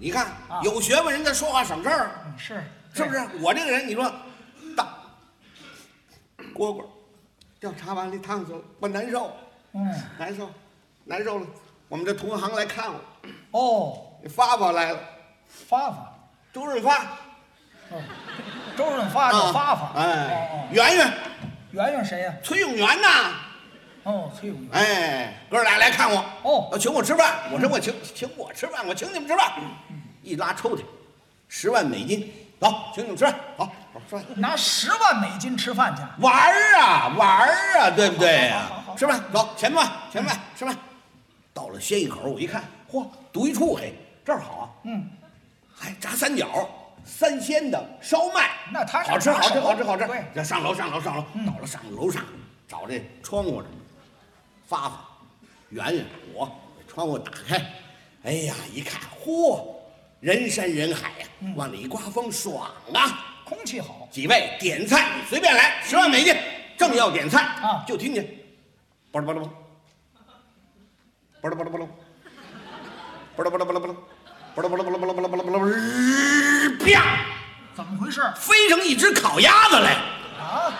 你看啊有学问人家说话省事儿，是是不？是？我这个人，你说，大蝈蝈掉茶碗里烫死了，我难受，嗯，难受，难受了。我们这同行来看我，哦，发发来了，发发，哦周润发啊周润发叫啊发发，哎，哦哦，圆圆，圆圆谁呀？崔永元呐。哦，崔永元，哎，哥俩来看我哦要请我吃饭。我说我请请我吃饭，我请你们吃饭。一拉抽屉，十万美金，走，请你们吃饭，走，走吃饭。拿十万美金吃饭去，玩儿啊，玩儿啊，对不对呀好好好、好吃饭，走，前面，前面，吃饭。到了歇一口，我一看，嚯，独一处，嘿，这儿好啊，嗯，还炸三角，三鲜的烧麦，那他是好吃，拿好吃，手好吃，好吃对。这上楼，上楼，上楼，到了上楼上，找这窗户这儿，发发，圆圆，我把窗户打开，哎呀，一看，嚯，人山人海呀、往里一刮风，爽啊！空气好，几位点菜，随便来，十万美金。正要点菜啊就听见，巴拉巴拉巴拉，巴拉巴拉巴拉，巴拉巴拉巴拉巴拉，巴拉巴拉巴拉巴拉巴拉巴拉巴拉巴拉，啪！怎么回事飞成一只烤鸭子来。啊？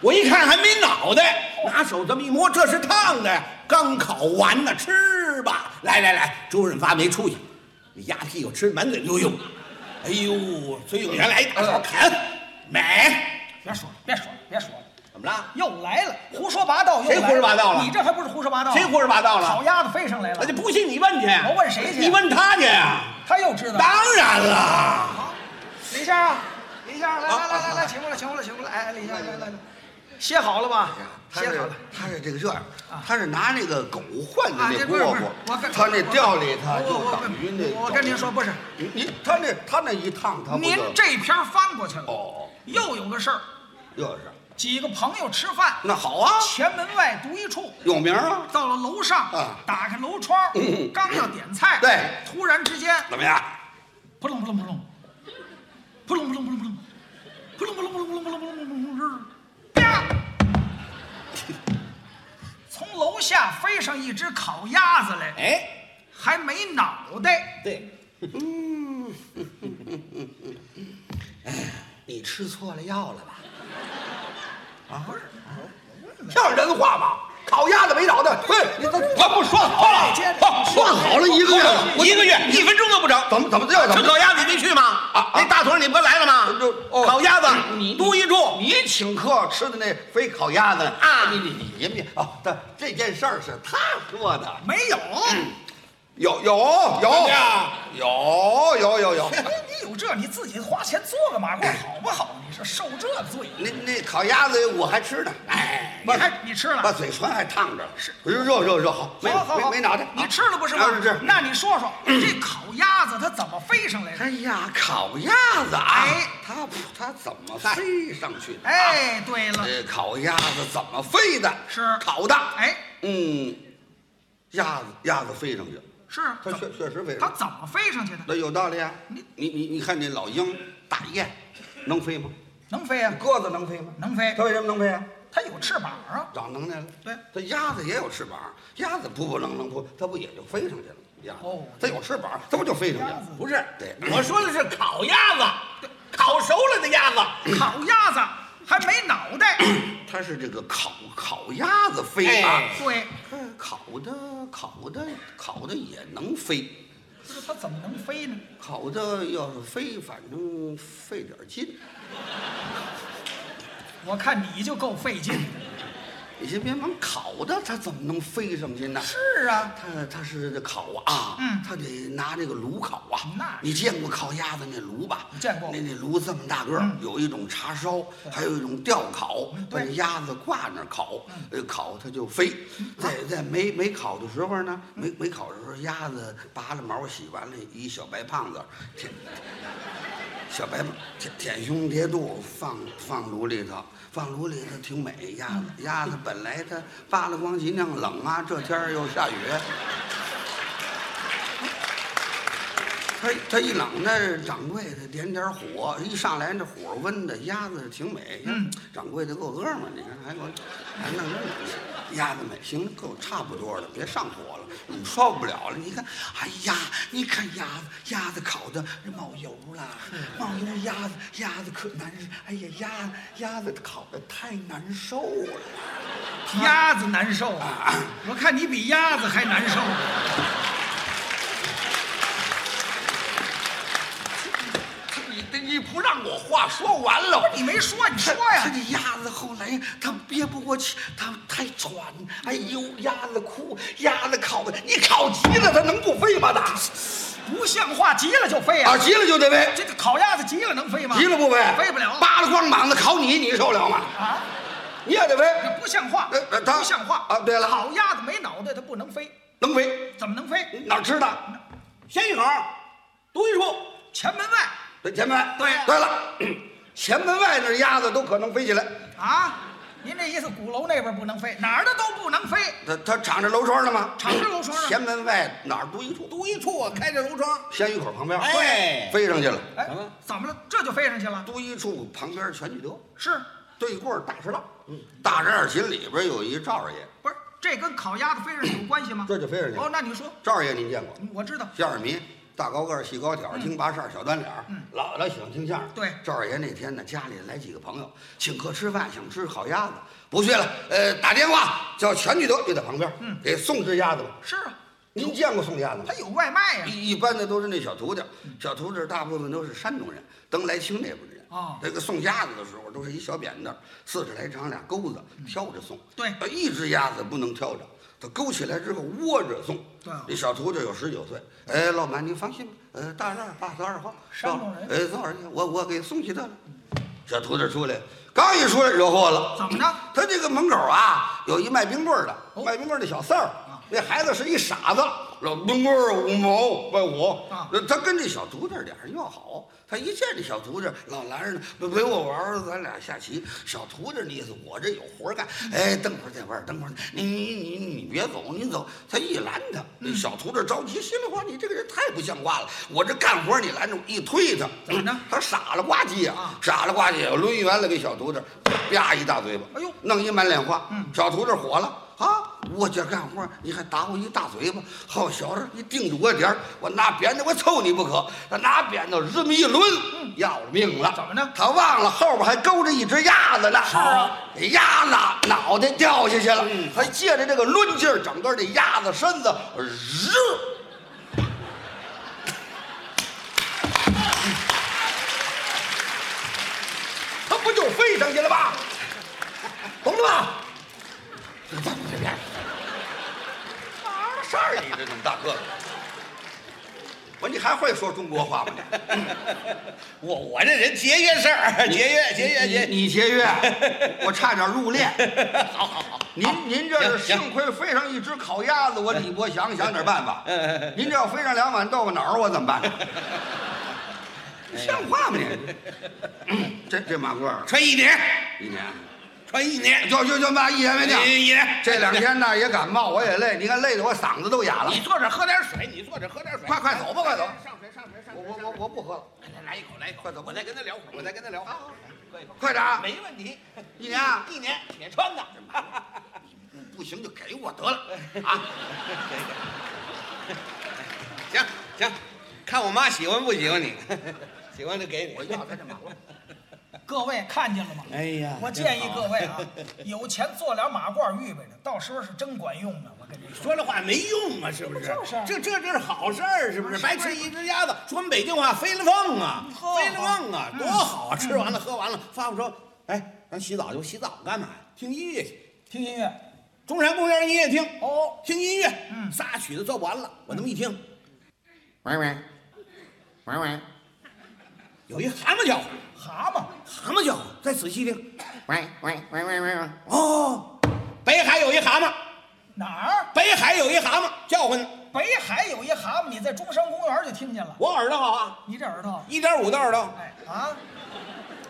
我一看还没脑袋，拿手这么一摸，这是烫的，刚烤完呢，吃吧。来来来，周润发没出息，那鸭屁股吃得满嘴溜油。哎呦，崔永元来一大勺啃，美。别说了，别说了，别说了，怎么了？又来了，胡说八道又来了，谁胡说八道了你这还不是胡说八道？谁胡说八道烤了？鸭子飞上来我就了，不信你问去。我问谁去啊你问他去呀？他又知道。当然了，李先生，李先生，来啊来来啊来来，请过来，请过来，请过来，哎，李先生，来来来，歇好了吧？他歇是好了。他是这个这样，他是拿那个狗换的啊，那这蝈不是不是，我蝈，跟他那调里头我就我等于那我我跟您说，不是，你你他那他那一趟他不您就这篇翻过去了，哦，又有个事儿，又是几个朋友吃饭，那好啊，前门外独一处。有名啊，到了楼上啊，打开楼窗，刚要点菜，对，突然之间，怎么样？扑棱扑棱扑棱，扑棱扑棱扑棱扑棱，扑棱扑棱扑棱扑棱扑棱扑棱扑棱，啪！从楼下飞上一只烤鸭子来，哎，还没脑袋。对，你吃错了药了吧？不是，像人话吗？烤鸭子没脑袋，对，你他他不说好哎了，啊算好了一个月，我一个月一分钟都不整。怎么怎么叫怎吃么烤鸭子你没去吗？啊那大腿你不来了吗就？哦烤鸭子你都一住，你请客吃的那肥烤鸭子啊你你你你啊，这这件事儿是他说的。没有，有有么有样有有有 有，哎你有这你自己花钱做个马褂好不好？你这受这罪，那那烤鸭子我还吃呢，哎，你还你吃了把嘴唇还烫着，是热热热热好，没好好好，没没脑袋，你啊吃了不是吗啊？是吃。那你说 说这烤鸭子它怎么飞上来的？哎呀，烤鸭子啊哎，它它怎么飞上去的？，哎，对了，这烤鸭子怎么飞的？是烤的。，哎，嗯，鸭子鸭子飞上去，是它确确实飞它上去，怎么飞上去的？那有道理啊。你你你你你看那老鹰、大雁，能飞吗？能飞啊，鸽子能飞吗？能飞它，为什么能飞啊？它有翅膀啊。长能耐了。对，这鸭子也有翅膀，鸭子扑扑棱棱扑，它不也就飞上去了？鸭子哦，它有翅膀，它不就飞上去鸭了子？不不是对，我说的是烤鸭子，烤熟了的鸭子。烤鸭子还没脑 袋，它是这个烤烤鸭子飞啊，哎对，嗯烤的烤的烤的也能飞，这个它怎么能飞呢？烤的要是飞，反正费点劲。我看你就够费劲的。你先别忙，烤的它怎么能飞上去呢？是啊，它它是这烤啊，嗯它得拿这个炉烤啊。那你见过烤鸭子那炉吧？见过嗯那那炉这么大个儿，有一种茶烧，还有一种吊烤，把对嗯这鸭子挂那儿烤，呃，烤它就飞。啊在在没没烤的时候呢，嗯没没烤的时候，鸭子拔了毛洗完了，一小白胖子舔小白胖舔舔胸贴肚放放炉里头，放炉里头挺美。鸭子鸭子本来它扒拉光脊梁冷啊，这天儿又下雨，它它一冷那掌柜的点点火，一上来那火温的鸭子挺美。嗯，掌柜的够哥们儿，你看还给我还弄这个。鸭子们，行了，够差不多了，别上火了，你受不了了。你看，哎呀，你看鸭子，鸭子烤的冒油了，冒油鸭子，鸭子可难受。哎呀，鸭鸭子烤的太难受了。鸭子难受啊！我看你比鸭子还难 受。你你不让我话说完了。你没说，你他说他哎呀这！鸭子后来他憋不过气，他太喘，哎呦，鸭子哭，鸭子烤的，你烤急了，它能不飞吗？它不像话，急了就飞啊，啊！急了就得飞，这个烤鸭子急了能飞吗？急了不飞？飞不了。扒拉光膀子烤你，你受了吗？啊！你也得这飞，不像话呃呃，他不像话啊对了烤鸭子没脑袋，它不能飞，能飞？怎么能飞？哪儿吃的？嗯先一口，读一处，前门外对，前门。对呀对了， 前门外那鸭子都可能飞起来，啊！您这意思，鼓楼那边不能飞，哪儿的都不能飞。它它敞着楼窗呢吗？敞着楼窗呢前门外哪儿都一处，读一处啊，开着楼窗。鲜鱼口旁边，哎飞上去了。哎怎么，怎么了？这就飞上去了？都一处旁边全聚德。是，对过儿大石道，嗯大栅栏琴里边有一赵二爷，不是？这跟烤鸭子飞上去有关系吗？这就飞上去哦，了。那你说，赵二爷您见过？我知道。相声迷，大高个儿细高挑，京八扇儿小短脸儿，老老喜欢听相声。对赵二爷那天呢，家里来几个朋友请客吃饭，想吃烤鸭子，不去了，呃，打电话叫全聚德就在旁边，给送只鸭子吧。是啊，您见过送鸭子吗它？有外卖呀。一一般的都是那小徒弟儿，小徒弟儿大部分都是山东人，登来清那边人。哦这个送鸭子的时候都是一小扁担儿，四十来长，俩钩子挑着送。嗯对呃一只鸭子不能挑着，它勾起来之后窝着送。对啊这小徒弟有十九岁，哎，老板您放心吧，呃，大栅八十二号，山东人到哎，多少钱？我我给送去得了。小徒弟出来，刚一出来惹祸了，怎么着？他这个门口啊，有一卖冰棍儿的，哦啊卖冰棍儿的小四儿，那孩子是一傻子，老冰棍儿五毛卖五啊。那他跟这小徒弟俩人要好，他一见这小徒弟，老拦着呢，不陪我玩玩，咱俩下棋。小徒弟那意思，我这有活儿干，哎，等会儿再玩儿，等会儿你你你你别走，你走。他一拦他，嗯那小徒弟着急，心里话，你这个人太不像话了，我这干活儿你拦着我，一推他，怎么着他傻了呱唧呀啊，傻了呱唧呀，抡圆了给小徒弟，啪一大嘴巴，哎呦弄一满脸花。嗯小徒弟火了啊！我这干活你还打我一大嘴巴，好小子，你定住我点儿，我拿扁担我凑你不可。他拿扁担这么一抡，要了命了。嗯怎么呢他忘了后边还勾着一只鸭子呢。是啊，鸭子哎脑袋掉下去了，他借着这个抡劲儿，整个这鸭子身子呃日。他不就飞上去了吗？懂了吧？这这这这哪儿的事儿啊？你这你大个子，我说你还会说中国话吗？我我这人节约事儿， 节约节约节你你节约，我差点入 殓。好好好，您您这是行行幸亏飞上一只烤鸭子，我李伯祥想点办法嗯嗯嗯。您这要飞上两碗豆腐脑儿，我怎 么办？像话吗你？嗯 这这马褂儿穿一年，一年，穿一年，就就就嘛一言为定。一年。这两天呢也感冒，我也累，你看累得我嗓子都哑了你。坐这儿喝点水，你坐这儿喝点水，快快走吧，快走！上水上水上我水，我我我不喝了，来来一口来一口，快走！我再跟他聊会儿，我再跟他聊。好好，喝一口，快点啊！没问题。一年啊一年铁穿的，不行就给我 得了啊！行行，看我妈喜欢不喜欢你， 喜欢就给你。我要他这马褂。各位看见了吗？哎呀我建议真好各位啊， 有钱做俩马褂预备着，到时候是真管用呢。我跟你说，说这话没用啊，是不是？就是啊这这这是好事儿，是不是？是白吃一只鸭子，说我们北京话飞了凤啊，呵飞了凤嗯啊，多好啊！吃完了喝完了，发不说，哎，咱洗澡就洗澡，干嘛呀？听音乐去，听音乐中山公园音乐厅，哦，听音乐，嗯仨曲子奏完了，我那么一听，喂喂，喂喂，有一蛤蟆叫唤，蛤蟆蛤蟆叫唤，再仔细听，喂喂喂喂喂喂，哦，北海有一蛤蟆，哪儿？北海有一蛤蟆叫唤呢，北海有一蛤蟆，你在中山公园就听见了。我耳朵好啊，你这耳朵，一点五的耳朵哎啊，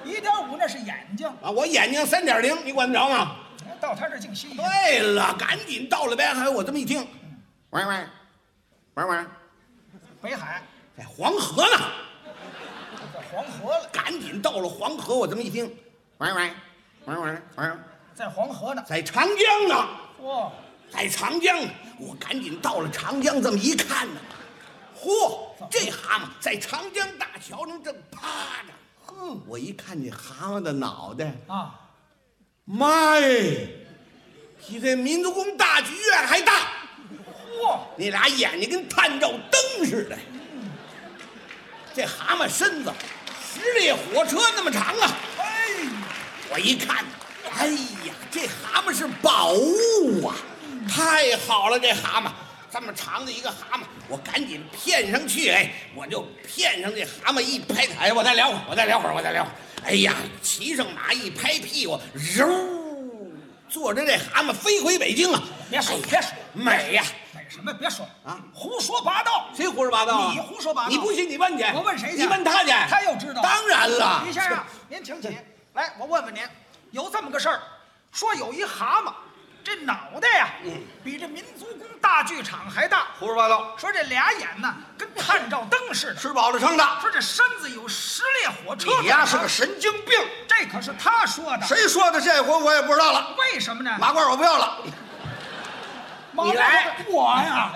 一点五那是眼睛，啊，我眼睛三点零，你管得着吗？到他这儿净新鲜。啊对了，赶紧到了北海，我这么一听，喂喂，喂喂，北海哎，黄河呢？在黄河了，赶紧到了黄河，我这么一听，喂喂，喂喂喂，在黄河呢，哦在长江呢。嚯，在长江，我赶紧到了长江，这么一看呢，嚯，这蛤蟆在长江大桥上正趴着。哼，我一看这蛤蟆的脑袋，啊，妈耶，比这民族宫大剧院还大，嚯，那俩眼睛跟探照灯似的。这蛤蟆身子十列火车那么长啊！哎，我一看，哎呀，这蛤蟆是宝物啊！太好了，这蛤蟆这么长的一个蛤蟆，我赶紧骗上去。哎，我就骗上这蛤蟆，一拍哎，我再聊会儿，我再聊会儿，我再聊会儿。哎呀，骑上马一拍屁股，揉，坐着这蛤蟆飞回北京啊！别说别说美呀、美什么？别说啊胡说八道！谁胡说八道、啊？你胡说八道你不信你问去。我问谁去？你问他去。他又知道。当然了，于先生，您请起。来，我问问您，有这么个事儿，说有一蛤蟆，这脑袋呀、嗯比这民族宫大剧场还大。胡说八道，说这俩眼呢，跟探照灯似的。吃饱了撑的，说这身子有十列火车。你呀是个神经病，这可是他说的。谁说的？这回我也不知道了。为什么呢？马褂我不要了，马你来我呀，